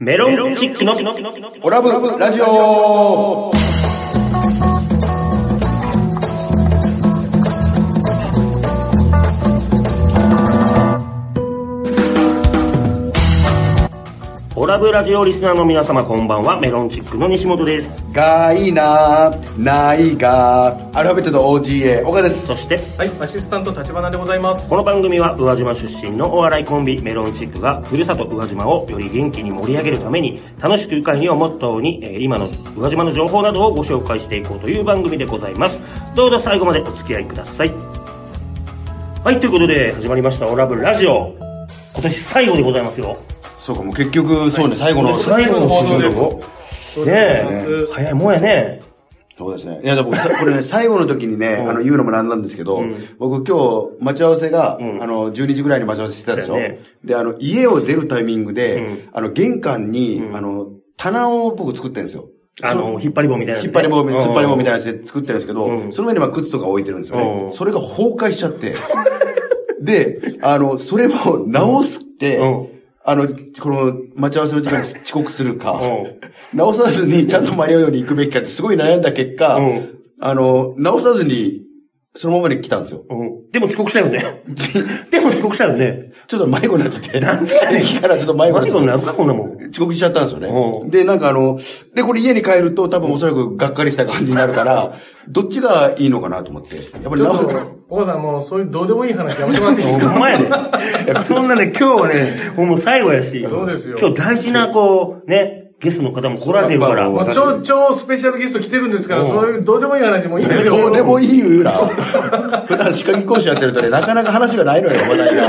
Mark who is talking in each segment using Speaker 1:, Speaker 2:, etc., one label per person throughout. Speaker 1: メロンチックの
Speaker 2: オラブラジオ
Speaker 1: オラブラジオリスナーの皆様こんばんはメロンチックの西本です
Speaker 2: がいいなないがアルファベットの OGA 岡です
Speaker 1: そして
Speaker 3: はい、アシスタント立花でございます。
Speaker 1: この番組は宇和島出身のお笑いコンビメロンチックがふるさと宇和島をより元気に盛り上げるために楽しく愉快にをモットーにえー今の宇和島の情報などをご紹介していこうという番組でございますどうぞ最後までお付き合いくださいはいということで始まりましたオラブラジオ今年最後でございますよ
Speaker 2: そうかもう結局そうね最後の
Speaker 1: 最後の放送です
Speaker 2: 放送
Speaker 1: ねえ早いもんやね
Speaker 2: そうですねいやでもさこれね最後の時にねあの言うのもなんなんですけど
Speaker 1: ん
Speaker 2: 僕今日待ち合わせがあ
Speaker 1: ん
Speaker 2: の12時ぐらいに待ち合わせしてたでしょ
Speaker 1: そうやね
Speaker 2: であの家を出るタイミング
Speaker 1: うん
Speaker 2: であの玄関に
Speaker 1: ん
Speaker 2: あの棚を僕作ってるんですよ
Speaker 1: あの引っ張り棒みたいなやつね
Speaker 2: 引っ張り棒み、
Speaker 1: うん
Speaker 2: 突っ張り棒みたいなやつで作ってるんですけど、
Speaker 1: うん
Speaker 2: その上にまあ靴とか置いてるんですよね。
Speaker 1: うん
Speaker 2: それが崩壊しち ゃって。で、あの、それを直すって、
Speaker 1: うん
Speaker 2: あの、この待ち合わせの 時間に遅刻するか、
Speaker 1: う
Speaker 2: 直さずにちゃんと間に合うように行くべきかってすごい悩んだ結果、
Speaker 1: うん
Speaker 2: あの、直さずにそのままに来たんですよ。
Speaker 1: うん。でも遅刻したよね。 でも遅刻したよね。
Speaker 2: ちょっと迷子になっちゃって。
Speaker 1: なんでやねん
Speaker 2: 駅からちょっと迷子になっ
Speaker 1: 何
Speaker 2: ち
Speaker 1: こんなるか、
Speaker 2: ゃって。
Speaker 1: こんなもん。
Speaker 2: 遅刻しちゃったんですよ
Speaker 1: う
Speaker 2: ね。
Speaker 1: ん
Speaker 2: で、なんかあの、で、これ家に帰ると多分おそらくがっかりした感じになるから、どっちがいいのかなと思って。やっぱり
Speaker 3: ちょ
Speaker 2: 直
Speaker 3: っと、おばさんもうそういうどうでもいい話やめてもらっていいです
Speaker 1: ほん
Speaker 3: か
Speaker 1: まや で。そんなね、今日はね、もう最後やし。
Speaker 3: そうですよ
Speaker 1: 今日大事な、こう、ね、ゲストの方も来られてるから。
Speaker 3: もう超、超スペシャルゲスト来てるんですから、そういうどうでもいい話もいいですよ。
Speaker 2: どうでもいい言うな。普段歯科技講師やってるとね、なかなか話がないのよ、話題が。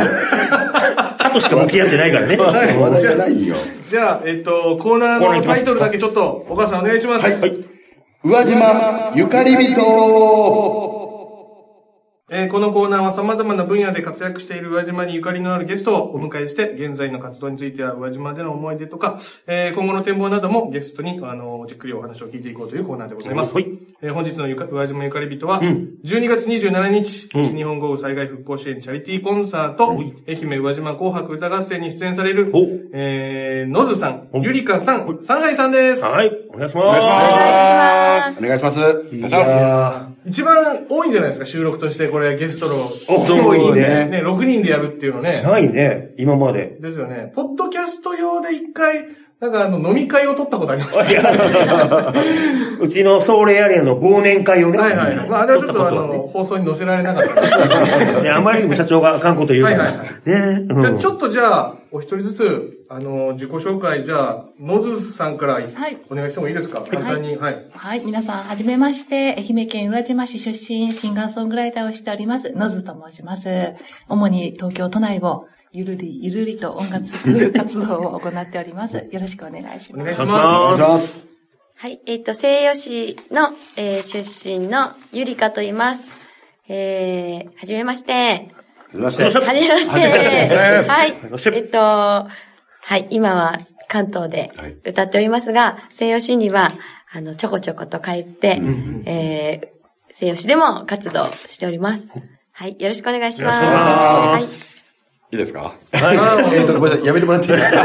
Speaker 1: 歯としか向き合ってないからね。
Speaker 2: 話題がないよ。
Speaker 3: じゃあ、えっと、コーナーのタイトルだけちょっと、おばさんお願いします。
Speaker 1: はい。
Speaker 2: 宇和島、ゆかりびと
Speaker 3: えーこのコーナーは様々な分野で活躍している宇和島にゆかりのあるゲストをお迎えして、現在の活動については宇和島での思い出とか、えー今後の展望などもゲストに、あの、じっくりお話を聞いていこうというコーナーでございます。
Speaker 1: はい
Speaker 3: えー本日のゆか宇和島ゆかり人は、
Speaker 1: ん
Speaker 3: 12月27日、
Speaker 1: ん
Speaker 3: 西日本豪雨災害復興支援チャリティーコンサート、愛媛宇和島紅白歌合戦に出演される
Speaker 1: お、
Speaker 3: えー、のずさん
Speaker 1: お、
Speaker 3: ゆりかさん、上海さんです。
Speaker 1: はい。お願いします。
Speaker 2: お願いします。お願いしま
Speaker 3: いやー一番多いんじゃないですか、収録として、これ、ゲストの。
Speaker 1: そういいね。
Speaker 3: ね、6人でやるっていうのね。
Speaker 1: ないね、今まで。
Speaker 3: ですよね。ポッドキャスト用で一回、なんかあの、飲み会を取ったことあ りました。
Speaker 1: いやうちのソーレアリアの忘年会をね。
Speaker 3: はいはい。まあ、あれはちょっとあ
Speaker 1: 撮
Speaker 3: の、放送に載せられなかった。
Speaker 1: ったことね、あまりにも社長があかんこと言うから。
Speaker 3: はいはい
Speaker 1: ね、うん
Speaker 3: じゃあちょっとじゃあ、お一人ずつ、あの、自己紹介、じゃあ、ノズさんから
Speaker 4: はい
Speaker 3: お願いしてもいいですか簡単に。はい。
Speaker 4: はい、皆さん、はじめまして、愛媛県宇和島市出身、シンガーソングライターをしております、のずと申します。主に東京都内を、ゆるり、ゆるりと音楽活動を行っております。よろしくお願いし
Speaker 3: お
Speaker 4: ま
Speaker 3: 願い
Speaker 4: す。
Speaker 3: し
Speaker 1: お願
Speaker 3: ま
Speaker 1: い
Speaker 2: す。
Speaker 1: し
Speaker 3: す。
Speaker 2: ます。
Speaker 5: はい、えっ、と、西予市の、えー出身のゆりかと言います。えー、はじめまして。
Speaker 2: はじめまし
Speaker 1: よいしょ
Speaker 2: て。
Speaker 5: はじめまして。はい
Speaker 1: よし。
Speaker 5: えっ、と、はい、今は関東で歌っておりますが、西予市には、あの、ちょこちょこと帰って、えー、西予市でも活動しております。はい、よろしくお願いします。はい。
Speaker 6: いいですか
Speaker 3: あー
Speaker 2: えっと、ごめんなさい、やめてもらっていいですか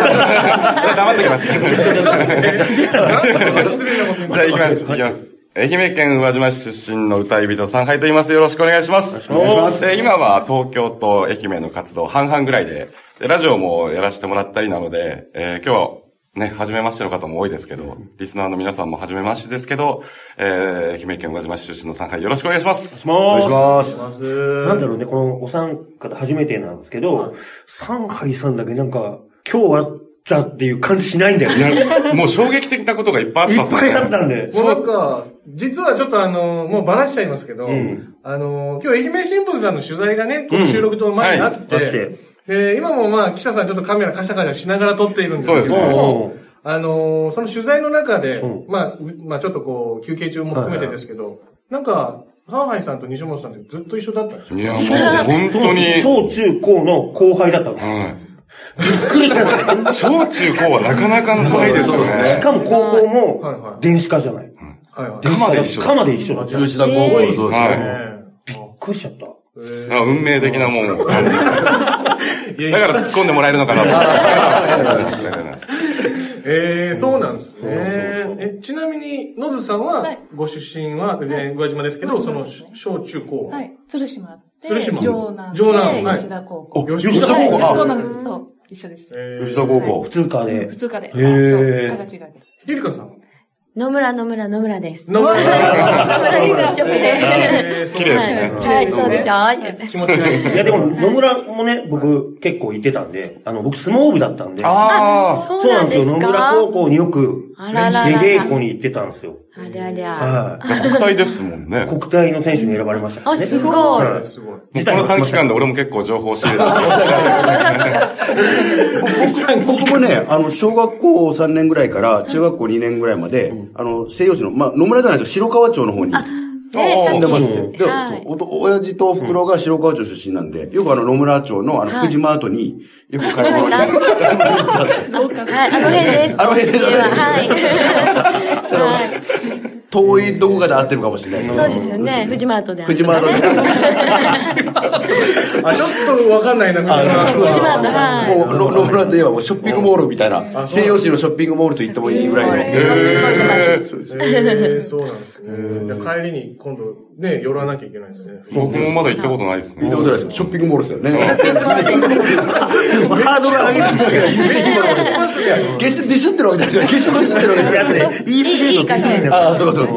Speaker 6: 黙ってき ます。
Speaker 3: なんか失礼なこと言う
Speaker 6: じゃあ行きます、行きます。愛媛県宇和島市出身の歌い人、三杯と言います。よろしくお願いします。
Speaker 2: 願いします
Speaker 6: で今は東京と愛媛の活動半々ぐらいで、でラジオもやらせてもらったりなので、えー今日はね、初めましての方も多いですけど、リスナーの皆さんも初めましてですけど、えー、愛媛県宇和島市出身の三杯よろしくお願いします。
Speaker 2: お
Speaker 1: お願いします。
Speaker 2: 願いします。
Speaker 1: なんだろうね、このお三方初めてなんですけど、上海さんだけなんか、今日あったっていう感じしないんだよね。
Speaker 6: もう衝撃的なことがい っぱいあ
Speaker 1: い
Speaker 6: ったんで
Speaker 1: っ
Speaker 6: すよ
Speaker 1: ぱいあったんで。
Speaker 3: もうなんか、実はちょっとあの、もうばらしちゃいますけど、
Speaker 1: ん
Speaker 3: あの、今日愛媛新聞さんの取材がね、この収録と前にあって、
Speaker 1: うんはいあって
Speaker 3: で、今もまあ記者さんちょっとカメラカシャカシャしながら撮っているんですけど
Speaker 6: そうですね
Speaker 3: も
Speaker 1: うん、
Speaker 3: あの、その取材の中で、
Speaker 1: うん
Speaker 3: まあ、うまあちょっとこう、休憩中も含めてですけど、なんか、上海さんと西本さんってずっと一緒だったんですよ。
Speaker 6: いや、もう本当 に、
Speaker 1: 小中高の後輩だったの。びっ
Speaker 6: う
Speaker 1: くりしたね
Speaker 6: ん。小中高はなかなかないですよ
Speaker 1: し
Speaker 6: ね。
Speaker 1: かも高校
Speaker 3: はいは
Speaker 1: も
Speaker 3: い
Speaker 1: 電子化じゃない。
Speaker 3: はいはい。
Speaker 6: 鎌で一緒だ
Speaker 1: かまで一緒だった。びっ
Speaker 2: 吉田高校のそうです
Speaker 6: は
Speaker 2: ね
Speaker 6: い。
Speaker 1: くりしちゃった。
Speaker 3: え
Speaker 6: あ運命的なもんを感じた。だ
Speaker 3: ーいやい
Speaker 6: か
Speaker 3: や
Speaker 6: ら突っ込んでもらえるのかなと思って。ありがとうございます
Speaker 3: ええそうなんです
Speaker 1: そうそ
Speaker 3: ね。
Speaker 1: う
Speaker 3: え、ちなみに、野津さんは
Speaker 4: はい、
Speaker 3: ご出身は、
Speaker 4: は
Speaker 3: ね、宇和島ですけど、
Speaker 4: はい
Speaker 3: その、小中高。
Speaker 4: はい。鶴島で、
Speaker 3: 鶴島
Speaker 4: 城南で、
Speaker 3: 城南はい
Speaker 4: 吉田高校。
Speaker 2: お、吉
Speaker 3: 吉
Speaker 2: 田
Speaker 3: 田
Speaker 2: 高
Speaker 4: はい、
Speaker 2: 校
Speaker 4: そうな
Speaker 2: か。
Speaker 4: んです。そう、一緒です。
Speaker 3: え
Speaker 2: 吉田
Speaker 3: ー、
Speaker 2: 高
Speaker 1: 普
Speaker 2: 校。
Speaker 1: 通科で
Speaker 4: 普。通科で。そう、
Speaker 1: ー
Speaker 4: 科が違う。
Speaker 3: ゆりかさん。
Speaker 5: 野村野村野村です。
Speaker 3: 野村
Speaker 5: 野村いいですよね。
Speaker 3: えーそう
Speaker 6: 綺麗ですね。
Speaker 5: はい、そうでしょ言って
Speaker 3: 気持ちがいいですね。
Speaker 1: いや、でも、野村もね、僕、結構行ってたんで、あの、僕、相撲部だったんで。
Speaker 6: ああ、
Speaker 5: そうなんです
Speaker 1: 野
Speaker 5: か
Speaker 1: 村高校によく、
Speaker 5: あらららら
Speaker 1: 出稽古に行ってたんですよ。
Speaker 5: ありゃりゃ。
Speaker 1: はい。
Speaker 6: 国体ですもんね。
Speaker 1: 国体の選手に選ばれましたからね。
Speaker 5: あすごい
Speaker 1: は
Speaker 3: すごい。
Speaker 6: もうこの短期間で俺も結構情報を仕入れた。
Speaker 2: 僕もね、あの、小学校3年ぐらいから中学校2年ぐらいまで、あの、西洋市の、まあ、野村じゃないですよ、白川町の方に。
Speaker 5: ね
Speaker 2: 住んでま
Speaker 5: さ
Speaker 2: す
Speaker 5: っき。
Speaker 2: で、
Speaker 5: はい
Speaker 2: おと親父と袋が白川町出身なんで、よくあの、野村町のあの、
Speaker 5: はい
Speaker 2: 福島後に、よく買い物に
Speaker 5: わかりま
Speaker 2: 買い物に行ってたんで
Speaker 5: はい、あの辺です。
Speaker 2: あの辺です
Speaker 5: こんにちは はい。はい。
Speaker 2: 遠いどこかで会ってるかもしれないです。
Speaker 5: そうですよね。藤間とで。
Speaker 2: 藤間後
Speaker 5: ね。
Speaker 2: で。
Speaker 3: あ、ちょっとわかんないな、藤
Speaker 2: あ
Speaker 5: 藤間
Speaker 3: 原さ
Speaker 5: の
Speaker 3: ん。
Speaker 5: はい
Speaker 2: もう、ロローランではもうショッピングモールみたいな、西洋市のショッピングモールと言ってもいいぐらいの。
Speaker 5: へ
Speaker 2: そうです
Speaker 3: えー、そうなんですね。じゃあ帰りに今度、ね、寄らなきゃいけないですね。
Speaker 6: 僕もまだ行ったことないです
Speaker 2: 聞い
Speaker 6: ね
Speaker 2: た。ことないですショッピングモールですよね。
Speaker 1: いハードル上げすぎだ
Speaker 2: 決してディスってるわけじゃない。決してディスってるわけじゃない。
Speaker 1: って、言い過ぎるときついんだから
Speaker 2: ああ、そうかそうか。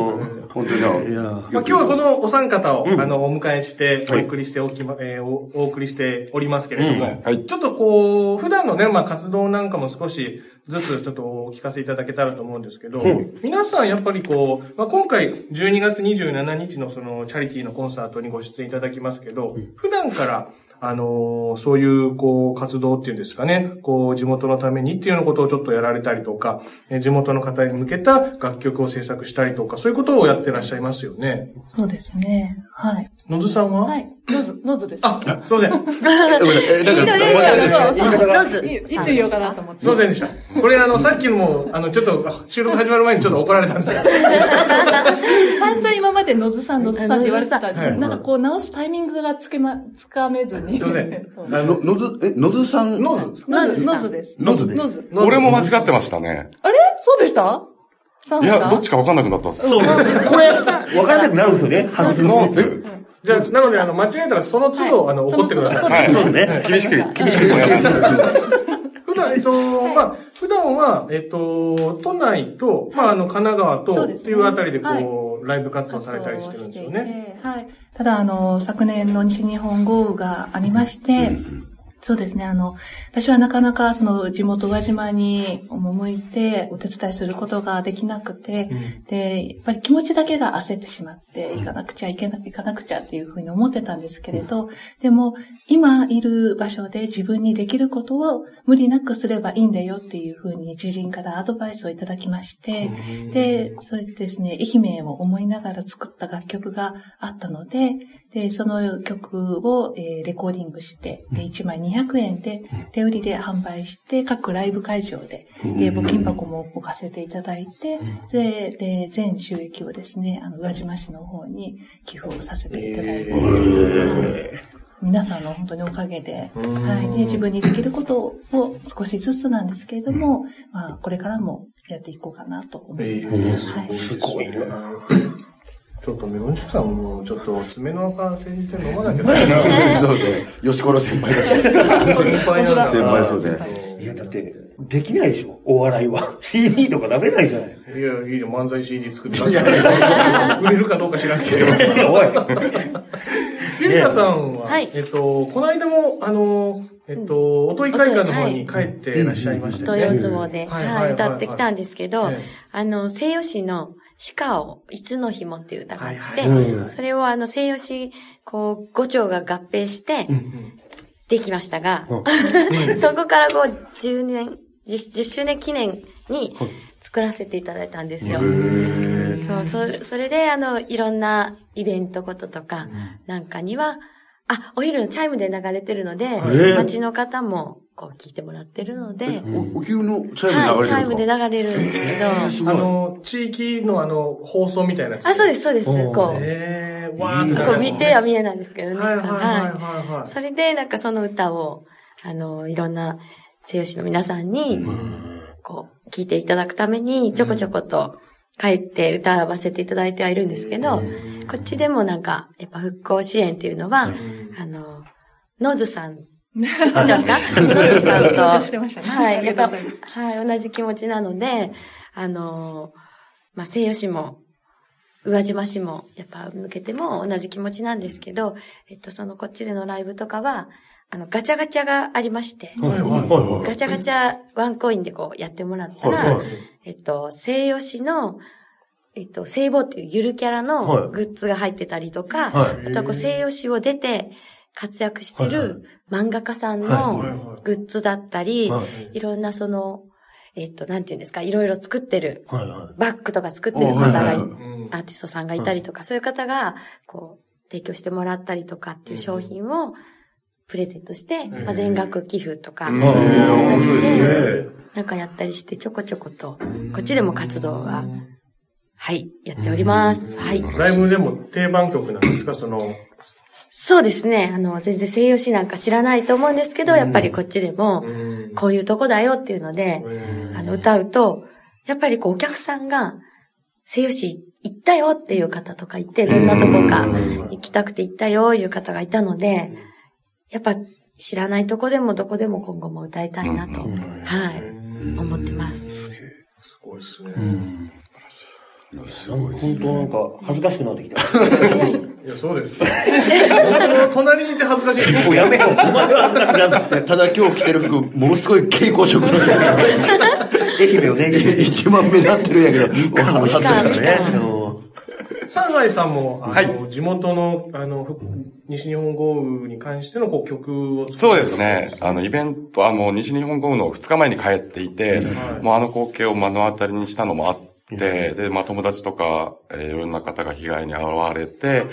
Speaker 2: 本当にあの
Speaker 1: いや
Speaker 3: まあ、今日はこのお三方を、
Speaker 1: うん
Speaker 3: あの、お迎えして、お
Speaker 1: はい
Speaker 3: 送りしておきま、えーお、お送りしておりますけれども、
Speaker 6: うんはい
Speaker 3: ちょっとこう、普段のね、まあ、活動なんかも少しずつちょっとお聞かせいただけたらと思うんですけど、
Speaker 1: うん
Speaker 3: 皆さんやっぱりこう、まあ、今回12月27日のその、チャリティーのコンサートにご出演いただきますけど、普段から、あのーそういう、こう、活動っていうんですかね、こう、地元のためにっていうようなことをちょっとやられたりとか、えー地元の方に向けた楽曲を制作したりとか、そういうことをやってらっしゃいますよね。
Speaker 4: そうですね。はい。
Speaker 3: 野津さんは
Speaker 4: はい。ノズ、ノズです。
Speaker 3: あ、すいません。
Speaker 2: えごめんなさいえなんか
Speaker 4: そうそうそう
Speaker 5: ノズ。
Speaker 4: いつ言おうかなと思って。
Speaker 3: すいませんでした。これあの、さっきのもう、あの、ちょっと、あ収録始まる前にちょっと怒られたん ですよ。
Speaker 4: 散々今まで野津さん、野津さんって言われてたん
Speaker 3: は
Speaker 4: で、
Speaker 3: い
Speaker 4: なんかこう直すタイミングがつけま、つかめずに。
Speaker 3: すいません
Speaker 4: そう
Speaker 3: あの、
Speaker 2: のず、え、のずさん
Speaker 3: ノーズ
Speaker 4: ノズ、ノズです。
Speaker 2: ノズ
Speaker 4: ノズ。
Speaker 6: 俺も間違ってましたね。
Speaker 4: あれそうでしたサン
Speaker 6: い
Speaker 4: さん
Speaker 6: や、どっちかわかんなくなったっす。
Speaker 1: そうなんですこれ、わからなくなるんですよね、外す
Speaker 6: ノ
Speaker 1: の
Speaker 6: ー。ツ。
Speaker 3: じゃあ、なので、あの、間違えたらその都度、
Speaker 4: はい
Speaker 3: あの、怒ってください。
Speaker 6: はい。
Speaker 1: そうね
Speaker 6: 厳しく、厳しくお願いします。
Speaker 3: 普段、えっと、まあ、普段は、えっと、都内と、まあ、あの、神奈川
Speaker 4: そ
Speaker 3: と、
Speaker 4: う
Speaker 3: っ
Speaker 4: です
Speaker 3: て
Speaker 4: ね
Speaker 3: いうあたりで、
Speaker 4: はい
Speaker 3: こう、ライブ活動されたりしてるんですよね。
Speaker 4: 活動をしていてはい。ただ、あの、昨年の西日本豪雨がありまして、そうですね、あの、私はなかなかその地元宇和島に赴いてお手伝いすることができなくて、で、やっぱり気持ちだけが焦ってしまって、行かなくちゃいけな、行かなくちゃっていうふうに思ってたんですけれど、でも、今いる場所で自分にできることを無理なくすればいいんだよっていうふうに知人からアドバイスをいただきまして、で、それでですね、愛媛を思いながら作った楽曲があったので、で、その曲を、えーレコーディングして、で、1枚200円で手売りで販売して、各ライブ会場で、で、募金箱も置かせていただいて、で、で全収益をですね、あの、宇和島市の方に寄付をさせていただいて、はい皆さんの本当におかげで、はい。で、自分にできることを少しずつなんですけれども、まあ、これからもやっていこうかなと思います。はい。
Speaker 1: すごいな。
Speaker 3: ちょっと、メロンチさんも、ちょっと、爪の赤煎じて飲ま なきゃダメな。
Speaker 2: そうで、吉頃先輩だし。
Speaker 3: 先輩なんだ。
Speaker 2: 先輩そうで
Speaker 4: 先輩です
Speaker 1: いや、だって、できないでしょ、お笑いは。CD とか出せないじゃない。
Speaker 3: いや、いいよ、漫才 CD 作って出して売れるかどうか知らんけど。
Speaker 1: いやおい。
Speaker 3: ゆりかさんは、
Speaker 5: はい
Speaker 3: えっと、この間も、あの、えっと、おとい会館の方に帰っていらっしゃいましたよ
Speaker 5: 東洋
Speaker 3: ね。
Speaker 5: 相撲で、
Speaker 3: は
Speaker 5: はいい
Speaker 3: はいはい
Speaker 5: 歌ってきたんですけど、
Speaker 3: ええ
Speaker 5: あの、西洋市の鹿を、いつの日もっていう歌があって、
Speaker 3: はい
Speaker 1: はいはいはい
Speaker 5: それをあの、西洋市、こう、五丁が合併して、できましたが、 そこからこう、10年、10, 10周年記念に作らせていただいたんですよ。そう、そそれで、あの、いろんなイベントこととか、なんかには、あ、お昼のチャイムで流れてるので、
Speaker 1: ー
Speaker 5: 街の方も、こう、聞いてもらってるので、
Speaker 2: おお昼のチャイ
Speaker 5: はい、チャイ
Speaker 2: ム
Speaker 5: ム
Speaker 2: 流れて
Speaker 5: で
Speaker 2: るんで
Speaker 5: 流れるんですけ
Speaker 2: す
Speaker 3: あ
Speaker 2: か
Speaker 3: の、地域のあの、放送みたいなやつ。
Speaker 5: ど、あ、そうです、そうです、こう、
Speaker 3: えー、わーってなる
Speaker 5: こ
Speaker 3: や
Speaker 5: う
Speaker 3: つ
Speaker 5: 見ては見えないんですけどね。
Speaker 3: はいはいはい
Speaker 5: は
Speaker 3: はいはい
Speaker 5: い。それで、なんかその歌を、あの、いろんな、西洋市の皆さんに、こう、聞聞いていただくために、ちょこちょこと帰って歌わせていただいてはいるんですけど、こっちでもなんか、やっぱ復興支援っていうのは、あの、ノズさん、知ってますかノズさん
Speaker 4: 緊
Speaker 5: と、
Speaker 4: 張してましたね。
Speaker 5: は
Speaker 4: あ
Speaker 5: い、
Speaker 4: り
Speaker 5: やっ
Speaker 4: が
Speaker 5: ぱ
Speaker 4: とうございます、
Speaker 5: はい、同じ気持ちなので、あのーまあ、西予市も、宇和島市も、やっぱ向けても同じ気持ちなんですけど、えっと、そのこっちでのライブとかは、あの、ガチャガチャがありまして、
Speaker 1: はいはいはい
Speaker 5: ガチャガチャワンコインでこうやってもらったら、
Speaker 1: はいはい
Speaker 5: えっと、西予市の、えっと、聖母っていうゆるキャラ
Speaker 1: は
Speaker 5: の
Speaker 1: い
Speaker 5: グッズが入ってたりとか、
Speaker 1: はい
Speaker 5: あとはこう西予市を出て活躍してる漫画家さん
Speaker 1: はい
Speaker 3: はい
Speaker 5: のグッズだったり、
Speaker 1: はい
Speaker 5: いろんなその、えっと、なんていうんですか、いろいろ作ってる、
Speaker 1: はいは
Speaker 5: バッグとか作ってる方
Speaker 2: おはい
Speaker 5: が
Speaker 2: はいはい
Speaker 5: い
Speaker 3: うん
Speaker 5: アーティストさんがいたりとか、そういう方が、こう、提供してもらったりとかっていう商品をプレゼントして、まあ、全額寄付とか、
Speaker 3: うん
Speaker 5: なんか
Speaker 2: ー面白い
Speaker 5: して
Speaker 2: ですね。
Speaker 5: なんかやったりして、ちょこちょこと、こっちでも活動は、はい、やっております。はい。
Speaker 3: ライブでも定番曲なんですかその、
Speaker 5: そうですね。あの、全然西洋史なんか知らないと思うんですけど、やっぱりこっちでも、
Speaker 3: うん
Speaker 5: こういうとこだよっていうので、あの、歌うと、やっぱりこう、お客さんが、西洋市行ったよっていう方とかいて、どんなとこか行きたくて行ったよいう方がいたので、やっぱ知らないとこでもどこでも今後も歌いたいなと、はい、思ってます。
Speaker 3: すごいですね。
Speaker 1: い。なんか本当なんか恥ずかしくなってきた。
Speaker 3: いや、そうです。僕の隣にいて恥ずかしい。
Speaker 1: もうやめろ。お前は恥ずかしくなる
Speaker 2: いやただ今日着てる服、ものすごい蛍光色なんだけ
Speaker 1: 愛媛をね、
Speaker 2: ど一番目立ってるんやけど、
Speaker 1: も
Speaker 2: 恥ず
Speaker 1: 一
Speaker 2: かしかっ
Speaker 1: か
Speaker 2: た
Speaker 1: らね。うん
Speaker 3: サザエさんも、あの、
Speaker 6: は
Speaker 3: 地元の、あの、ふ西日本豪雨に関してのこう曲を作
Speaker 6: そう
Speaker 3: っ
Speaker 6: で
Speaker 3: て
Speaker 6: すね。あの、イベント、あの、西日本豪雨の2日前に帰っていて、もうあの光景を目の当たりにしたのもあって、で、まあ友達とか、えーいろんな方が被害に遭われて、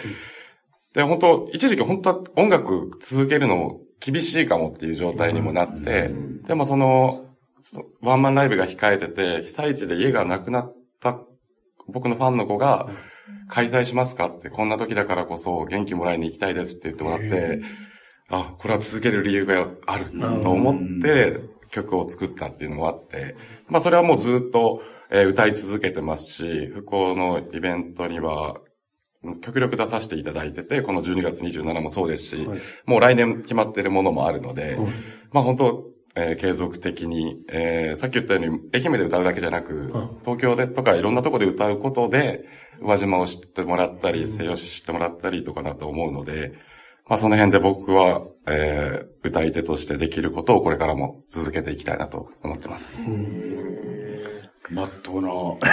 Speaker 6: で、本当一時期本当は音楽続けるのも厳しいかもっていう状態にもなって、でもその、そワンマンライブが控えてて、被災地で家がなくなった僕のファンの子が、開催しますかって、こんな時だからこそ元気もらいに行きたいですって言ってもらって、あ、これは続ける理由があると思って曲を作ったっていうのもあって、まあそれはもうずっと、えー歌い続けてますし、復興のイベントには、極力出させていただいてて、この12月27もそうですし、
Speaker 1: はい
Speaker 6: もう来年決まってるものもあるので、
Speaker 1: うん
Speaker 6: まあ本当、えー継続的に、えーさっき言ったように、愛媛で歌うだけじゃなく、
Speaker 1: ん
Speaker 6: 東京でとかいろんなとこで歌うことで、宇和島を知ってもらったり、西洋市知ってもらったりとかだと思うので、まあその辺で僕は、えー歌い手としてできることをこれからも続けていきたいなと思ってます。
Speaker 2: まっとうな。キ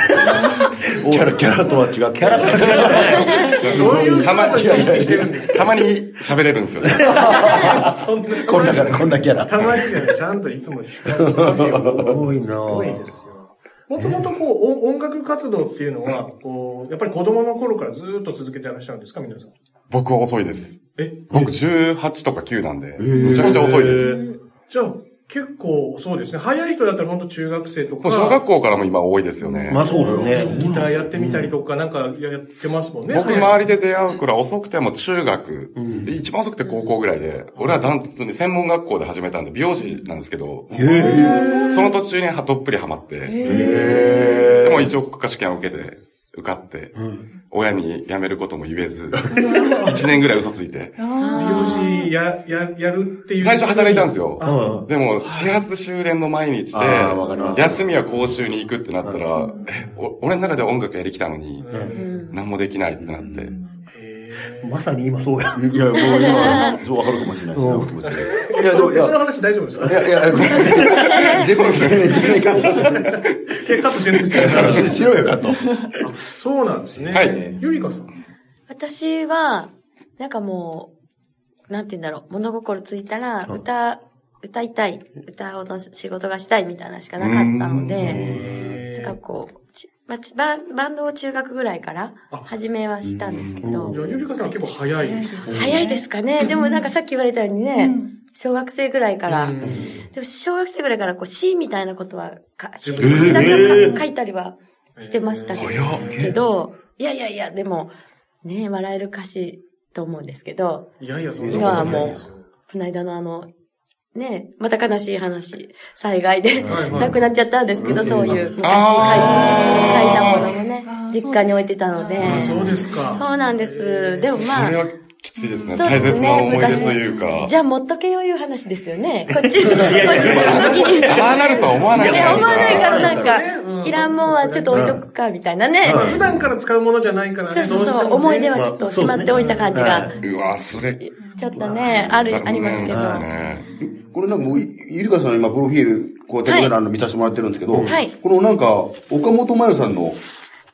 Speaker 2: ャラ、キャラとは違って。キャラと
Speaker 3: そういう
Speaker 6: たま
Speaker 3: 人たちを意識してるんです。
Speaker 6: たまに喋れるんですよ ね。
Speaker 3: そんな
Speaker 2: こんなキャラ、こんなキャ
Speaker 3: た
Speaker 2: ラ。
Speaker 3: まにじゃないちゃんといつもしっかりしてますよ。
Speaker 1: すごいな
Speaker 3: すごいですよ。もともとこう、お音楽活動っていうのは、こう、やっぱり子供の頃からずーっと続けてらっしゃるんですか、皆さん。
Speaker 6: 僕は遅いです。
Speaker 3: え
Speaker 6: 僕18とか9なんで、めちゃくちゃ遅いです。
Speaker 3: じゃあ、結構そうですね。早い人だったら本当中学生と
Speaker 6: も
Speaker 3: か。
Speaker 6: う小学校からも今多いですよね。
Speaker 1: まあそうですね。
Speaker 3: ギターやってみたりとか、なんかやってますもんね。
Speaker 6: 僕、
Speaker 3: 早い
Speaker 6: 周りで出会うくらい遅くても中学、一番遅くて高校ぐらいで、俺はダンスに専門学校で始めたんで、美容師なんですけど、その途中にはどっぷりハマって、でも一応国家試験を受けて、受かって、親に辞めることも言えず、一年ぐらい嘘ついて、
Speaker 3: 美容師や、や、やるっていう。
Speaker 6: 最初働いたんですよ。
Speaker 1: うん
Speaker 6: でも、始発終練の毎日で
Speaker 2: あーわかりま、す
Speaker 6: 休みは講習に行くってなったら、え、お俺の中では音楽やりきたのに、何もできないってなって、
Speaker 1: まさに今そうや。
Speaker 2: いや、もう今、そうわかるかもしれないですね、お気持ちでいや、でも、いや
Speaker 3: 私の、話大丈夫ですか
Speaker 2: いや、いや、ごめん。自分で、自分で感
Speaker 3: え、カットしてるんですけど。
Speaker 2: 想しろよ、かと。
Speaker 3: そうなんですね。
Speaker 6: はい
Speaker 3: ゆりかさん。
Speaker 5: 私は、なんかもう、なんて言うんだろう、物心ついたら、歌、歌いたい、歌の仕事がしたいみたいなのしかなかったので、なんかこう、ちまあちバンバンドを中学ぐらいから始めはしたんですけど、
Speaker 3: じゃあ、ゆりかさんは結構早いですよ。
Speaker 5: 早いですかね。でもなんかさっき言われたようにね、小学生ぐらいから、でも小学生ぐらいからこう詩みたいなことはか、詩
Speaker 3: え
Speaker 1: ー
Speaker 5: なんかか書いたりはしてましたけど、けどいやいやいや、でも、ね、笑える歌詞と思うんですけど、
Speaker 3: いやいや、そんなことない
Speaker 5: 今はも
Speaker 3: で
Speaker 5: う
Speaker 3: すよ。、
Speaker 5: この間のあの、ね、また悲しい話、災害で、
Speaker 3: はいはい
Speaker 5: 亡くなっちゃったんですけど、そういう昔書い書い
Speaker 6: あー
Speaker 5: たものもね
Speaker 4: あー、
Speaker 5: 実家に置いてたので。
Speaker 4: あ
Speaker 3: そうですか。
Speaker 5: そうなんです。でもま
Speaker 6: それ
Speaker 5: あ、
Speaker 6: はきついですね。
Speaker 5: そうで
Speaker 6: 大
Speaker 5: すね
Speaker 6: 切な思い出というか
Speaker 5: じ。ゃあ持っとけよいう話ですよね。こっち、こっちの時に。
Speaker 6: ああなるとは思わない
Speaker 5: い
Speaker 6: じゃ
Speaker 5: や、
Speaker 6: な
Speaker 5: 思
Speaker 6: いです
Speaker 5: わ
Speaker 6: か。
Speaker 5: ないからなん
Speaker 3: う
Speaker 5: か、
Speaker 3: ん
Speaker 5: いらんもんはちょっと置いとくか、みたいなね。
Speaker 3: 普段から使うものじゃないからね。
Speaker 5: そうそ
Speaker 3: ど
Speaker 5: う
Speaker 3: して
Speaker 5: そう、
Speaker 3: もね
Speaker 5: 思い出はちょっとしまっておいた感じ
Speaker 1: まあ
Speaker 5: が
Speaker 1: そう、
Speaker 6: うわ、それ、
Speaker 5: ちょっとね、ある、ありますけど。
Speaker 6: 残念ですね
Speaker 2: これなんかもう、いゆりかさんの今、プロフィール、こうやって、
Speaker 5: は
Speaker 2: あの、見させてもらってるんですけど、
Speaker 5: はい
Speaker 2: このなんか、岡本真代さんの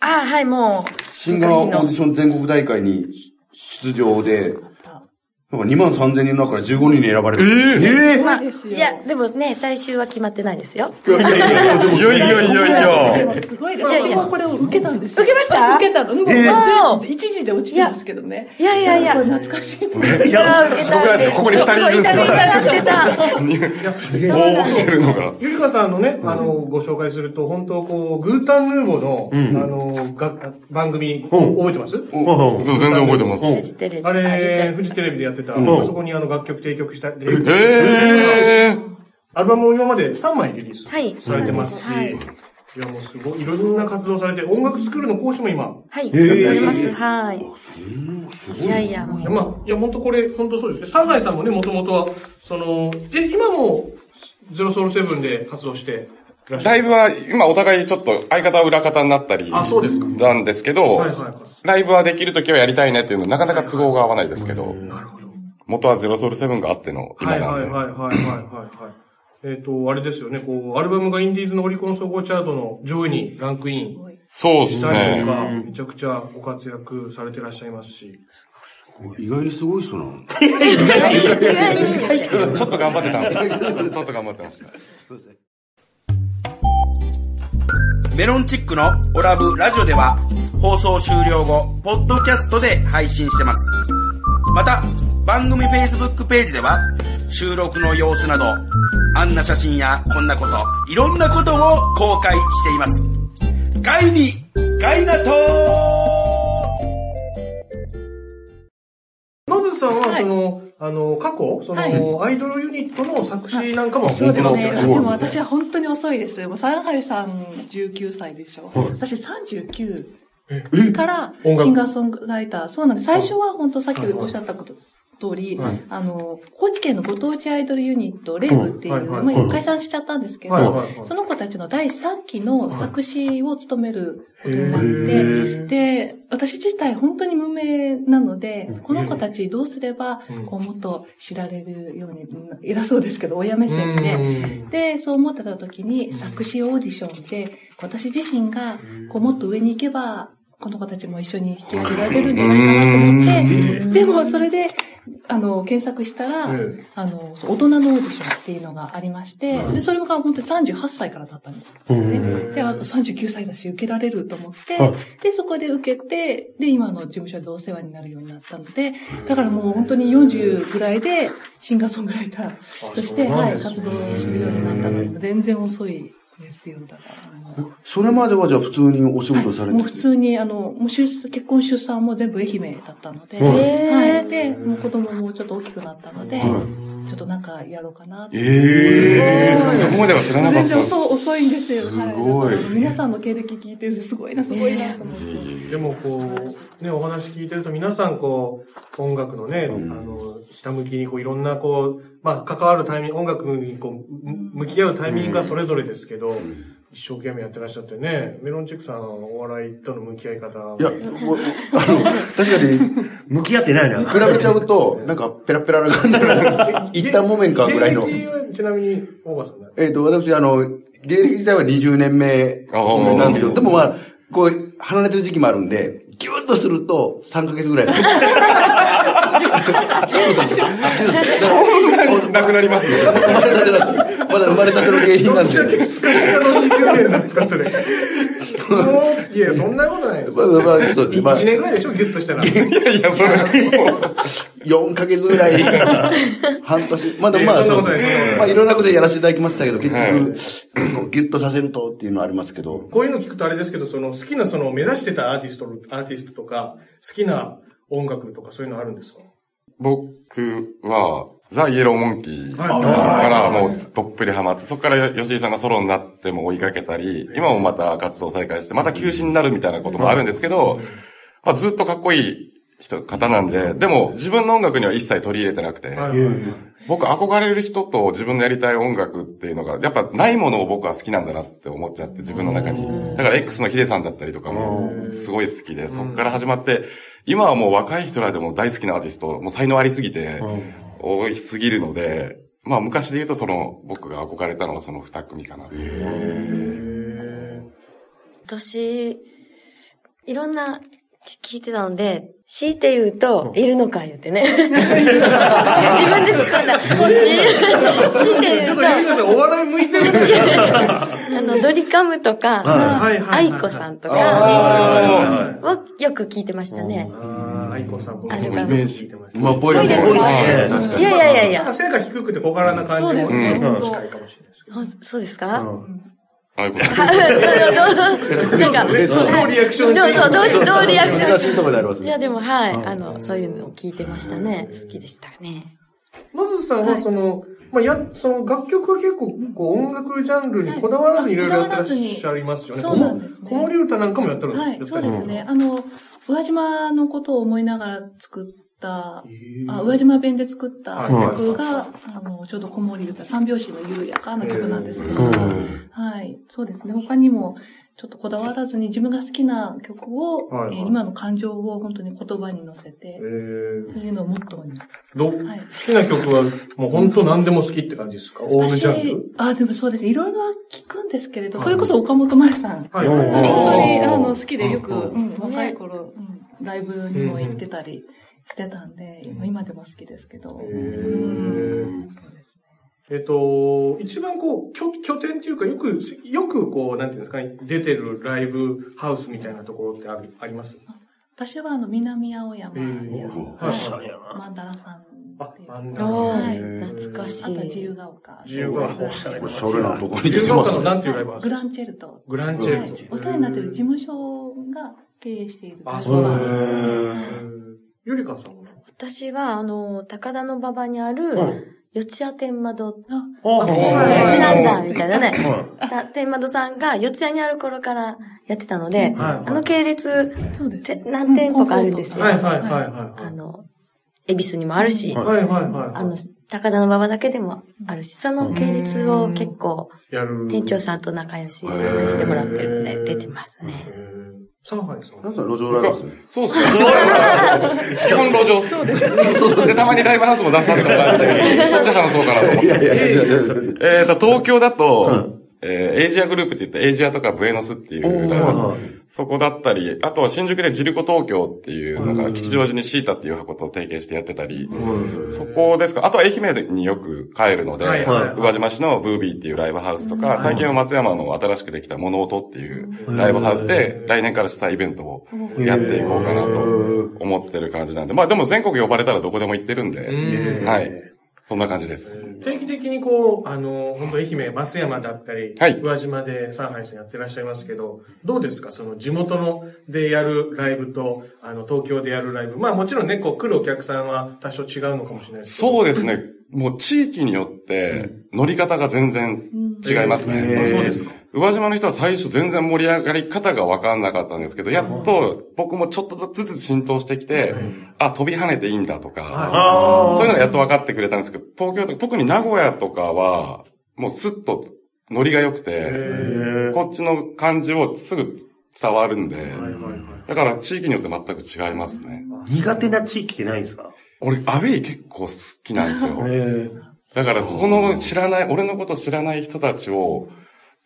Speaker 5: ああ、はい、もう、
Speaker 2: シンガーオーディ
Speaker 5: 昔
Speaker 2: ション全国大会に出場で、なんか2万3000人の中から15人に選ばれてる。え
Speaker 5: のまあ、いや、でもね、最終は決まってないですよ。
Speaker 2: いやいやいやでも
Speaker 6: いやいやいやい
Speaker 4: で
Speaker 6: や。
Speaker 4: もすごいで
Speaker 5: いや
Speaker 4: す。
Speaker 5: いや
Speaker 4: 私もこれを受けたんですよ。
Speaker 5: 受けました
Speaker 4: 受けたの。もう、
Speaker 5: ー
Speaker 4: 一時で落ちたんですけどね。
Speaker 5: いやいやいや。
Speaker 4: これ懐かしいと思って。
Speaker 6: い
Speaker 5: あ
Speaker 6: や、
Speaker 5: 受け
Speaker 6: す
Speaker 5: た
Speaker 6: ご
Speaker 5: ん
Speaker 6: くないで
Speaker 5: ですす
Speaker 6: かここに二人いるんですよ。
Speaker 5: 受けた受けた
Speaker 6: 応募してるのが。
Speaker 3: ゆりかさんのね、あの、ご紹介すると、本当こう、グータンヌーボの、あの、が、番組、
Speaker 1: うん
Speaker 3: 覚えてます
Speaker 1: うんうん
Speaker 6: 全然覚えてます。
Speaker 5: フジテレビ。
Speaker 3: あれ、
Speaker 5: あ
Speaker 3: フジテレビでやってた、
Speaker 1: ん
Speaker 3: あそこにあの、楽曲提供した、提供した
Speaker 6: えー。
Speaker 3: アルバムを今まで3枚リリース
Speaker 5: はい
Speaker 3: されてますし、
Speaker 5: はいい、
Speaker 3: やもうすごい、いろんな活動されて、音楽スクールの講師も今、
Speaker 5: はい、
Speaker 1: ー
Speaker 5: やっております。はい。いやいや、
Speaker 3: いやまあ、いや本当これ、本当そうです。サイさんもね、もともとは、その、え、今も、ゼロソウルセブンで活動していらっしゃ
Speaker 6: ライ
Speaker 3: る。
Speaker 6: ブは、今お互いちょっと相方は裏方になったり、
Speaker 3: あそうですか
Speaker 6: なんですけど、
Speaker 3: はいはいはい。
Speaker 6: ライブはできるときはやりたいねっていうの、なかなか都合が合わないですけど、
Speaker 3: なるほど。
Speaker 6: 元はゼロソウルセブンがあっての
Speaker 3: は
Speaker 6: 今
Speaker 3: いは
Speaker 6: ないん
Speaker 3: は
Speaker 6: で。
Speaker 3: いはいはいはいはい。えっ、と、あれですよね、こう、アルバムがインディーズのオリコン総合チャートの上位にランクイン
Speaker 6: そうで
Speaker 3: し
Speaker 6: す
Speaker 3: たりと
Speaker 6: ね。
Speaker 3: か、めちゃくちゃご活躍されてらっしゃいますし。
Speaker 2: 意外にすごい人なの。
Speaker 6: ちょっと頑張ってたんです。ちょっと頑張ってました。
Speaker 7: メロンチックのオラブラジオでは放送終了後、ポッドキャストで配信してます。また、番組 Facebook ページでは収録の様子など、あんな写真やこんなこと、いろんなことを公開しています。ガイに、ガイナトー
Speaker 3: まずさんは、
Speaker 4: はい
Speaker 3: その、あの、過去、その、アイドルユニットの作詞なんかも、
Speaker 4: そうです
Speaker 2: 本
Speaker 4: ね。
Speaker 2: 当だ
Speaker 4: でも私は本当に遅いです。もう上海さん19歳でしょ。私39から
Speaker 3: 音楽
Speaker 4: シンガーソングライター。そうなんです。最初は本当さっきおっしゃったこと。通り、
Speaker 3: はい
Speaker 4: あの、高知県のご当地アイドルユニット、レイブっていう、
Speaker 3: はいはい
Speaker 4: まあ、解散しちゃったんですけど、
Speaker 3: はいはいはい
Speaker 4: その子たちの第3期の作詞を務めることになって、
Speaker 3: へ
Speaker 4: で、私自体本当に無名なので、この子たちどうすれば、こうもっと知られるように、うん偉そうですけど、親目線で。で、そう思ってた時に作詞オーディションで、私自身が、こうもっと上に行けば、この子たちも一緒に引き上げられるんじゃないかなと思って、でもそれで、あの、検索したら、
Speaker 3: え
Speaker 4: あの、大人のオーディションっていうのがありまして、で、それが本当に38歳からだったんです。で、であ39歳だし受けられると思って、で、そこで受けて、で、今の事務所でお世話になるようになったので、だからもう本当に40ぐらいでシンガーソングライターとして、
Speaker 3: そうなん
Speaker 4: はい、
Speaker 3: ですね
Speaker 4: 活動するようになったので、全然遅いですよ、だから。もう
Speaker 2: それまではじゃあ普通にお仕事されて
Speaker 4: もう普通に、あの、もう出産結婚出産も全部愛媛だったので、
Speaker 5: ん
Speaker 4: は
Speaker 5: へー
Speaker 4: い。で、もう子供もちょっと大きくなったので、ちょっとなんかやろうかなって
Speaker 6: ええー。そこまでは知らなか
Speaker 4: 全
Speaker 6: った
Speaker 4: 然
Speaker 6: です。
Speaker 4: 遅遅いんですよ。
Speaker 2: ごい
Speaker 4: はだから皆さんの経歴聞いてるし、すごいな、すごいなと思って。
Speaker 3: でもこう、ね、お話聞いてると皆さんこう、音楽のね、あの、ひたむきにこう、いろんなこう、まあ、関わるタイミング、音楽にこう、む向き合うタイミングがそれぞれですけど、一生懸命やってらっしゃってね、メロンチックさん、お笑いとの向き合い方。
Speaker 2: いや、もうあの、確かに、
Speaker 1: 向き合ってないな。
Speaker 2: 比べちゃうと、なんか、ペラペラな感じの、一旦もめんかぐらいの
Speaker 3: 現。役はちなみに、大川さんだ
Speaker 2: えっ、と、私、あの、芸歴自体は20年目なんですけど、でもまあ、こう、離れてる時期もあるんで、ぎゅっとすると3ヶ月 ぐらい。
Speaker 6: なくなりますね。
Speaker 2: まだ生まれたてなんですよまだ生まれたての芸人なんで。
Speaker 3: スカスカの20年なんですか、それ。いや、そんなことないです。
Speaker 2: まあまあまあ、そうですね。まあ
Speaker 3: 1、年ぐらいでしょ、ギュッとしたら。
Speaker 6: いやいや、それは
Speaker 2: 4ヶ月ぐらい、半年。まあでもま
Speaker 3: いや
Speaker 2: あ、
Speaker 3: そん
Speaker 2: そ
Speaker 3: なこ
Speaker 2: う
Speaker 3: とな
Speaker 2: です
Speaker 3: いそんなことな
Speaker 2: ね
Speaker 3: い
Speaker 2: まあ、いろんなことやらせていただきましたけど、結局、こうギュッとさせるとっていうのはありますけど。
Speaker 3: こういうの聞くとあれですけど、その好きなその目指してたアーティスト、アーティストとか、好きな音楽とかそういうのあるんですか
Speaker 6: 僕は、ザ・イエローモンキーからもうどっぷりハマって、そこから吉井さんがソロになっても追いかけたり、今もまた活動再開して、また休止になるみたいなこともあるんですけど、まあ、ずっとかっこいい人、方なんで、でも自分の音楽には一切取り入れてなくて、僕憧れる人と自分のやりたい音楽っていうのが、やっぱないものを僕は好きなんだなって思っちゃって、自分の中に。だから X のヒデさんだったりとかも、すごい好きで、そこから始まって、今はもう若い人らでも大好きなアーティスト、もう才能ありすぎて、多いすぎるので、まあ昔で言うとその、僕が憧れたのはその二組かなっていう。
Speaker 5: 私、いろんな聞いてたので、強いて言うと、いるのか言っ てね。自分で突っ込んだ。強いて
Speaker 3: ち
Speaker 5: 言
Speaker 3: ょっと、ゆ
Speaker 5: う
Speaker 3: りかさん、お笑い向いてるんだよ。
Speaker 5: と、 あの、ドリカムとか、
Speaker 3: はい
Speaker 5: アイコさんとか、
Speaker 3: あー
Speaker 5: をよく聞いてましたね。
Speaker 3: あー、アイコさん、僕
Speaker 5: あ
Speaker 3: も
Speaker 5: れが
Speaker 3: 聞いてました。
Speaker 2: まあ、ぽい
Speaker 5: ぽいですね
Speaker 2: 確か
Speaker 5: い
Speaker 2: に。
Speaker 5: やいやいやい
Speaker 3: なんか
Speaker 5: や。
Speaker 3: 背が低くて小柄な感じも
Speaker 4: そうです
Speaker 6: ね
Speaker 3: うん
Speaker 4: 本当
Speaker 3: 近いかもしれないですけど。
Speaker 5: ほんそうですか どう
Speaker 6: ああいうこと
Speaker 5: どうなんか、
Speaker 3: そうですね
Speaker 5: はい
Speaker 3: どうリアクションして
Speaker 5: どうそう、どうしどうリアクション
Speaker 2: 難しいところであります
Speaker 5: い
Speaker 2: ね
Speaker 5: や、。でも、はい。あの、そういうのを聞いてましたね。好きでしたね。
Speaker 3: まずさんは、その、まあ、や、その楽曲は結構、こう、音楽ジャンルにこだわらずいろいろやってらっしゃいますよね。
Speaker 4: そうなんですね
Speaker 3: 子守歌なんかもやってるん
Speaker 4: はい、そうです。
Speaker 3: や
Speaker 4: ね。あの、宇和島のことを思いながら作った
Speaker 3: った、り
Speaker 4: あ宇和島弁で作った
Speaker 3: はい
Speaker 4: 曲が、あの、ちょうど子守歌、三拍子の緩やかな曲なんですけど、はい、そうですね。他にも、ちょっとこだわらずに自分が好きな曲を、
Speaker 3: はいはい
Speaker 4: えー今の感情を本当に言葉に乗せて
Speaker 3: え、ー
Speaker 4: というのをモットーに。
Speaker 3: ど、好
Speaker 4: はい。
Speaker 3: きな曲は、もう本当何でも好きって感じですかオールジャンル
Speaker 4: あ、でもそうです。いろいろ聞くんですけれど、それこそ岡本丸さん。
Speaker 3: はい。
Speaker 4: あの本当に、あの、好きでよく、
Speaker 6: う
Speaker 4: うん若い頃、うんライブにも行ってたりしてたんで、今でも好きですけど。
Speaker 3: えー
Speaker 4: そうです
Speaker 3: えっと、一番こう、拠拠点っていうか、よく、よくこう、なんていうんですかね、出てるライブハウスみたいなところってあるあります
Speaker 4: 私は、あの、南青山にある、
Speaker 3: えー
Speaker 4: はい
Speaker 3: 確か
Speaker 4: マンダラさんっていう。
Speaker 3: あマンダラ
Speaker 5: お
Speaker 4: はい
Speaker 5: ー、懐かしい。
Speaker 4: あと、自由が丘。
Speaker 3: 自由が丘
Speaker 2: おしゃれなとこに
Speaker 3: 自
Speaker 2: 出
Speaker 3: 由
Speaker 2: て
Speaker 3: が
Speaker 2: ま
Speaker 3: 丘
Speaker 2: す
Speaker 3: の
Speaker 2: ね。
Speaker 3: なんていうライブハウス
Speaker 4: グランチェルト。
Speaker 3: グランチ
Speaker 4: は
Speaker 3: ェル
Speaker 4: い
Speaker 3: ト。。
Speaker 4: お世話になってる事務所が経営している。
Speaker 3: あそうなん
Speaker 2: へ
Speaker 3: だ
Speaker 2: ー
Speaker 3: ゆりかさんは
Speaker 5: 私は、あの、高田の馬場にある、四谷天窓。こ
Speaker 1: あ
Speaker 5: っち
Speaker 1: は
Speaker 5: なんだ、みたいなね。
Speaker 1: い
Speaker 5: さ、天窓さんが四谷にある頃からやってたので、
Speaker 3: はい
Speaker 5: あの系列、
Speaker 4: そうですね。
Speaker 5: て何店舗かあるんですよ
Speaker 3: はいはいはい
Speaker 5: あ
Speaker 3: は
Speaker 5: の、恵比寿にもあるし、
Speaker 3: い。はいはいはい。
Speaker 5: あの、高田の馬場だけでもあるし、その系列を結構、
Speaker 3: やる。
Speaker 5: 店長
Speaker 3: へ
Speaker 5: さんと仲良しにしてもらってるんで、出てますね。
Speaker 3: ー。上海さん。
Speaker 2: なんか路上ライブですね。
Speaker 6: そうっ すね。基本路上っす。で、たまにライブハウスも出させてもら って、そっち話そうかなと思って
Speaker 2: い。やいやいやいやいや。
Speaker 6: えっ、と、東京だと、えーエイジアグループって言って、エイジアとかブエノスっていう、そこだったり、あとは新宿でジルコ東京っていうのが、吉祥寺にシータっていう箱と提携してやってたり、そこですか、あとは愛媛によく帰るので、
Speaker 3: はいはい
Speaker 6: 宇和島市のブービーっていうライブハウスとか、最近は松山の新しくできた物音っていうライブハウスで、来年から主催イベントをやっていこうかなと思ってる感じなんで、まあでも全国呼ばれたらどこでも行ってるん
Speaker 3: う
Speaker 6: で、
Speaker 3: ん
Speaker 6: はい。そんな感じです。
Speaker 3: 定期的にこう、あの、本当愛媛、松山だったり、
Speaker 6: はい
Speaker 3: 宇和島で上海さんやってらっしゃいますけど、どうですかその地元のでやるライブと、あの、東京でやるライブ。まあもちろんね、こう来るお客さんは多少違うのかもしれないですけど。
Speaker 6: そうですね。もう地域によって乗り方が全然違いますね。
Speaker 3: あそうですか。
Speaker 6: 宇和島の人は最初全然盛り上がり方が分かんなかったんですけど、やっと僕もちょっとずつ浸透してきて、あ、飛び跳ねていいんだとか、
Speaker 1: あ
Speaker 6: そういうのがやっと分かってくれたんですけど、東京とか、特に名古屋とかは、もうスッとノリが良くて、
Speaker 3: へ
Speaker 6: こっちの感じをすぐ伝わるんで、
Speaker 3: ーはいはいはい。
Speaker 6: だから地域によって全く違いますね。
Speaker 1: 苦手な地域ってないんですか
Speaker 6: 俺、アウェイ結構好きなん ですよ。
Speaker 1: え
Speaker 6: だから、ここの知らない、俺のこと知らない人たちを、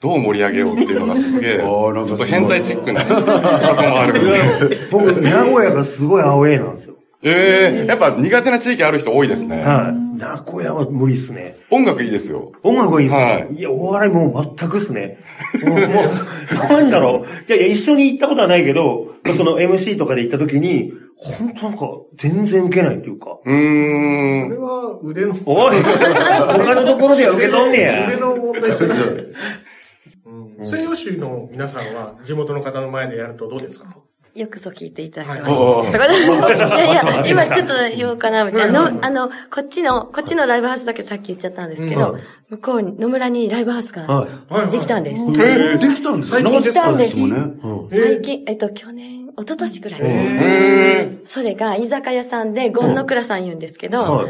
Speaker 6: どう盛り上げようっていうのがすげえ、ち
Speaker 2: あーなんか
Speaker 6: ょ
Speaker 2: すごい
Speaker 6: っと変態チッ クなとこもあるんで。
Speaker 1: え僕、名古屋がすごいアウェーなんですよ。
Speaker 6: ええやっぱ苦手な地域ある人多いですね。
Speaker 1: はい。名古屋は無理っすね。
Speaker 6: 音楽いいですよ。
Speaker 1: 音楽はいいっすね。
Speaker 6: はい
Speaker 1: い、や、お笑いもう全くっすね。もう、もう なんだろう。いやいや、一緒に行ったことはないけど、その MC とかで行った時に、本当なんか、全然受けないっていうか。
Speaker 6: うー
Speaker 3: それ
Speaker 6: ん。
Speaker 3: は腕の、
Speaker 1: おい 他のところでは受け取んねや。
Speaker 3: 腕の問題ですね。うん西洋州の皆さんは地元の方の前でやるとどうですか
Speaker 5: よくぞ聞いていただきました。いやいや、今ちょっと言おうかな、みたいな。のあの、こっちの、こっちのライブハウスだけさっき言っちゃったんですけど、向こうに、野村にライブハウスができたんです。
Speaker 2: えー、できたんですか
Speaker 5: 最近
Speaker 2: なかったですもんね。
Speaker 5: 最近、えっと、去年、一昨年くらい
Speaker 3: へ
Speaker 5: それが居酒屋さんで、ゴンノクラさん言うんですけど、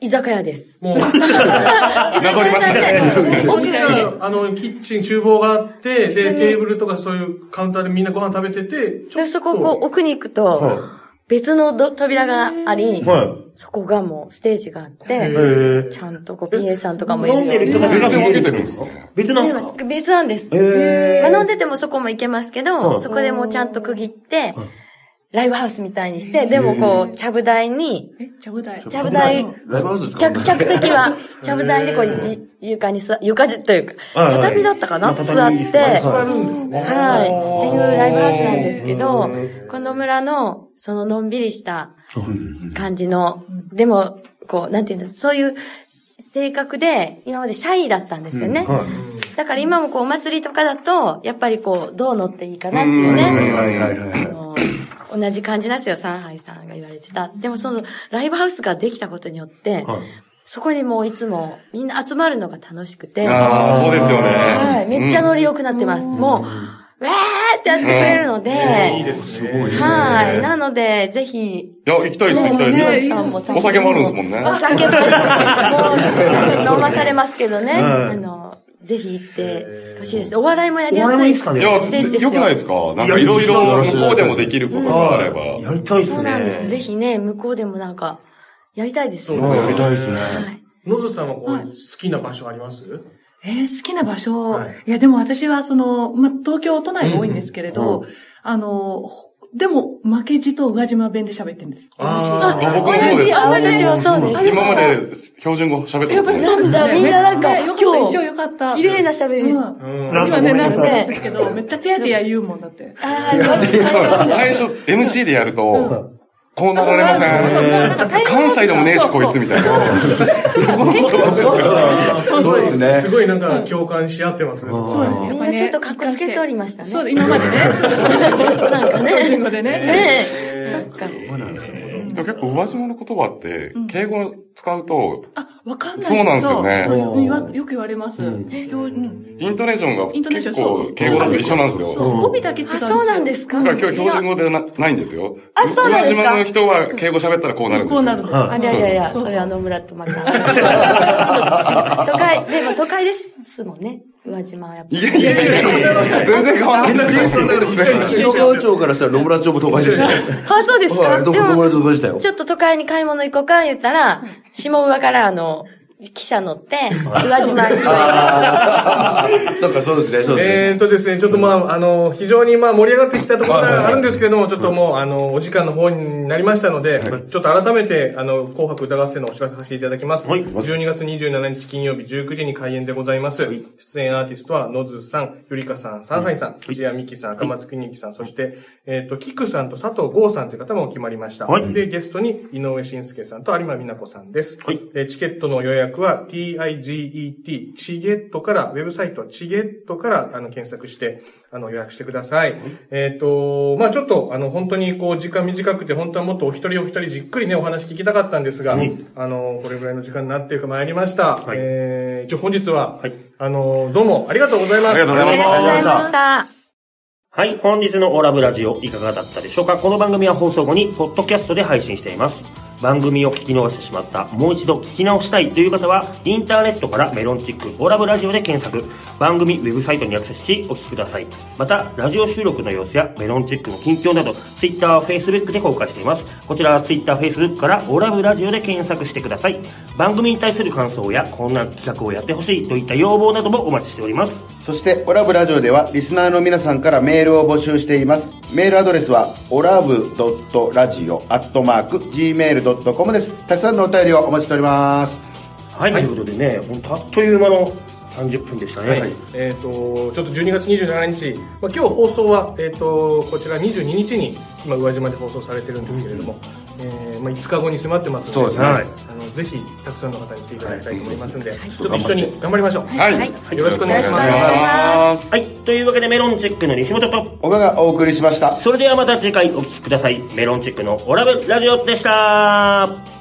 Speaker 5: 居酒屋です。
Speaker 3: もう、
Speaker 6: なぞりましたね。
Speaker 5: 奥
Speaker 3: み
Speaker 5: に
Speaker 3: たいな、あの、キッチン、厨房があって、
Speaker 5: 普通
Speaker 3: で、
Speaker 5: に
Speaker 3: テーブルとかそういうカウンターでみんなご飯食べてて、ちょっ
Speaker 5: で、そこをこう奥に行く
Speaker 1: はい
Speaker 5: と、別のど扉があり、
Speaker 1: は
Speaker 5: そこがもうステージがあっ
Speaker 1: い。
Speaker 5: て、
Speaker 1: え
Speaker 5: ちゃんとこう PA さんとかもい
Speaker 1: 飲んでる
Speaker 5: る
Speaker 1: 人
Speaker 5: よ。
Speaker 1: が別
Speaker 6: 全然
Speaker 1: に
Speaker 6: 受け
Speaker 1: 出
Speaker 6: て
Speaker 1: て
Speaker 6: る
Speaker 1: る
Speaker 6: んですね。
Speaker 1: 別
Speaker 5: で
Speaker 1: な
Speaker 5: も別なんです。
Speaker 1: え
Speaker 5: まあ飲んでてもそこも行けます
Speaker 1: は
Speaker 5: け
Speaker 1: い
Speaker 5: ど、そこでもうちゃんと区切って、ライブハウスみたいにして、でもこう、ちゃぶ台に、
Speaker 4: え、ちゃぶ台。
Speaker 5: ちゃぶ台
Speaker 2: ライブハウスですか
Speaker 5: 客、客席は、ちゃぶ台でこう、じ床に座、床じというか、
Speaker 1: はいはい
Speaker 5: 畳だったかな
Speaker 1: まあ
Speaker 5: 座
Speaker 1: 畳
Speaker 5: って、
Speaker 1: 座
Speaker 3: るんですね。
Speaker 5: はい。っていうライブハウスなんですけど
Speaker 1: う、
Speaker 5: この村の、そののんびりした感じの、でも、こう、なんていうんですそういう性格で、今までシャイだったんですよね。だから今もこう、お祭りとかだと、やっぱりこう、どう乗っていいかなっていう
Speaker 2: はい
Speaker 5: ね。
Speaker 2: はいはいはい
Speaker 5: あ。の同じ感じなんですよ、上海さんが言われてた。でもその、ライブハウスができたことによって、
Speaker 1: はい
Speaker 5: そこにもういつもみんな集まるのが楽しくて、
Speaker 6: ああ、そうですよね。
Speaker 5: はい、めっちゃノリ良くなってます。もう、ウェーってやってくれるので、
Speaker 3: いいですね。
Speaker 5: はい。なので、ぜひ、
Speaker 6: いや、行きたいです、行きたいで
Speaker 5: ね
Speaker 6: す。
Speaker 5: さんも
Speaker 6: お酒もあるんですもんね。
Speaker 5: お酒も、もう飲まされますけどね。
Speaker 1: はい
Speaker 5: あの、ぜひ行ってほしいです。お笑いもやりやすい。
Speaker 1: お笑いもいいっすかね
Speaker 6: い
Speaker 1: い
Speaker 6: や、
Speaker 5: ステージです
Speaker 6: 良
Speaker 5: よ
Speaker 6: くないですかなんかいろいろ向こうでもできることがあれば。
Speaker 1: やりたいですね。
Speaker 5: そうなんです。ぜひね、向こうでもなんか、やりたいですよ。
Speaker 3: そう
Speaker 5: は
Speaker 2: やりたいですね。
Speaker 3: のずさんはこう、
Speaker 4: はい
Speaker 3: 好きな場所あります
Speaker 4: えー好きな場所、
Speaker 3: はい
Speaker 4: い、や、でも私はその、ま、東京都内が多いんですけれど、あの、ほでも、負けじと宇和島弁で喋ってるんです。
Speaker 3: あ
Speaker 6: あ、僕
Speaker 5: 同
Speaker 6: もそうで
Speaker 5: じ、
Speaker 6: す。
Speaker 5: あ、私もそうです。
Speaker 6: 今まで標準語喋ったことない。
Speaker 5: なんだ、みんななんか、
Speaker 4: ねよかった、
Speaker 5: 今
Speaker 4: 一応
Speaker 5: 日、
Speaker 4: よかった。
Speaker 5: 綺麗な喋り。
Speaker 4: う
Speaker 5: あ
Speaker 4: ん。
Speaker 3: うん。
Speaker 1: なん
Speaker 4: 今
Speaker 1: か
Speaker 4: ね、なん
Speaker 5: なんか
Speaker 4: か
Speaker 5: ごめんなさい
Speaker 4: ですけど、めっちゃ手や手や言うもんだって。
Speaker 5: あー、私
Speaker 6: 最初、MC でやると、こうなられません。関西でもねえし、こいつみたいな。
Speaker 2: そうですね
Speaker 3: す。ごいなんか共感し合ってますね。
Speaker 4: そうですね。
Speaker 5: みんなちょっと格好つけておりましたね。
Speaker 4: そうで、今までね。
Speaker 5: なんかね。
Speaker 4: 標準語でね
Speaker 5: ねえそっか。
Speaker 6: でも結構、宇和島の言葉って、敬語使うと、
Speaker 4: あ、わかんない。
Speaker 6: そうなんですよね
Speaker 4: そううんわよく言われます。ようん
Speaker 6: イントネーションが
Speaker 4: イントネーション、
Speaker 6: 結
Speaker 4: そ
Speaker 6: 構
Speaker 4: う。
Speaker 6: 敬語だと一緒なんです
Speaker 4: そう
Speaker 6: よ。
Speaker 4: 語尾だけ違うんで
Speaker 5: あ、
Speaker 4: すよ。
Speaker 5: そうなんですか。
Speaker 6: だから今日標準語でなないんですよ。
Speaker 5: あそうなんですか
Speaker 6: 宇和島の人は敬語喋ったらこうなるんですよ。
Speaker 4: こうなるんです。
Speaker 5: あいやいやいや、それは野村とまた。ちょっと都会、でも都会ですもんね。宇和島はやっぱ。
Speaker 6: いやいやいやいや、全然変わらないですよ。
Speaker 2: 広川町からしたら野村町も都会ですよ。
Speaker 5: あ、そうです
Speaker 2: は
Speaker 5: か。
Speaker 2: い、どこ
Speaker 5: で
Speaker 2: 野村町
Speaker 5: も、
Speaker 2: 都会でしたよ。
Speaker 5: ちょっと都会に買い物行こうか言ったら、下上からあの、汽車乗 って、宇和島に行く。
Speaker 2: そうか、そうですね、そうですね。
Speaker 3: えーっとですね、ちょっとまあ、あの、非常にまあ盛り上がってきたところがあるんですけれども、ちょっともう、あの、お時間の方になりましたので、ちょっと改めて、あの、紅白歌合戦のお知らせさせていただきます。
Speaker 1: はい
Speaker 3: 12月27日金曜日19時に開演でございます。出演アーティストは、のずさん、ゆりかさん、上海さん、土屋美紀さん、赤松邦之さん、そして、えーっと、キクさんと佐藤剛さんという方も決まりました。
Speaker 1: はい
Speaker 3: で、ゲストに井上慎介さんと有馬美奈子さんです。
Speaker 1: はい
Speaker 3: えーチケットの予約は TIGET、チゲットから、ウェブサイトチゲットからあの検索して、あの予約してください。えっ、と、まあちょっと、あの、本当にこう、時間短くて、本当はもっとお一人お一人じっくりね、お話聞きたかったんですが、
Speaker 1: はい
Speaker 3: あの、これぐらいの時間になってまいりました。
Speaker 1: はい
Speaker 3: えー、一応本日は、
Speaker 1: はい
Speaker 3: あの、どうもありがとうございます。
Speaker 6: ありがとうござ
Speaker 5: あり
Speaker 6: います
Speaker 5: がとうございました。
Speaker 1: はい、本日のオラブラジオいかがだったでしょうかこの番組は放送後に、ポッドキャストで配信しています。番組を聞き逃してしまった、もう一度聞き直したいという方は、インターネットからメロンチックオラブラジオで検索、番組ウェブサイトにアクセスし、お聞きください。また、ラジオ収録の様子やメロンチックの近況など、Twitter、Facebook で公開しています。こちらは Twitter、Facebook からオラブラジオで検索してください。番組に対する感想や、こんな企画をやってほしいといった要望などもお待ちしております。
Speaker 2: そして、オラブラジオでは、リスナーの皆さんからメールを募集しています。メールアドレスは、オラブドットラジオアットマーク、gmail.com です。たくさんのお便りをお待ちしております。
Speaker 1: はい、ということでね、本当あっという間の30分でしたね。
Speaker 2: はい
Speaker 3: えっ、と、ちょっと12月27日、まあ、今日放送は、えっ、と、こちら22日に、今、宇和島で放送されてるんですけれども、えーまあ、5日後に迫ってますので
Speaker 2: そうですね
Speaker 3: はいあのぜひたくさんの方に来ていただきたいと思いますので、ちょっと一緒に頑張りましょう、
Speaker 6: はい。。
Speaker 3: よろ
Speaker 5: はい
Speaker 3: しくお願いします
Speaker 5: よろしくお願いします
Speaker 1: はい。というわけで、メロンチェックの西本と、
Speaker 2: 小川がお送りしました
Speaker 1: それではまた次回お聞きください。メロンチェックのオラブラジオでした。